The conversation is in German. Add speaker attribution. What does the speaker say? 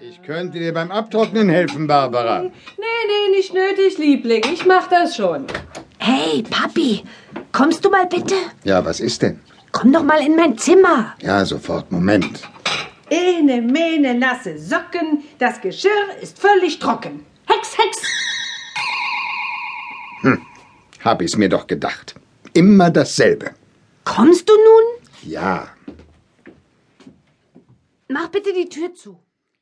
Speaker 1: Ich könnte dir beim Abtrocknen helfen, Barbara.
Speaker 2: Nee, nee, nicht nötig, Liebling. Ich mach das schon.
Speaker 3: Hey, Papi, kommst du mal bitte?
Speaker 1: Ja, was ist denn?
Speaker 3: Komm doch mal in mein Zimmer.
Speaker 1: Ja, sofort. Moment.
Speaker 2: Ene, mene, nasse Socken. Das Geschirr ist völlig trocken. Hex, hex.
Speaker 1: Hab ich's mir doch gedacht. Immer dasselbe.
Speaker 3: Kommst du nun?
Speaker 1: Ja.
Speaker 3: Mach bitte die Tür zu.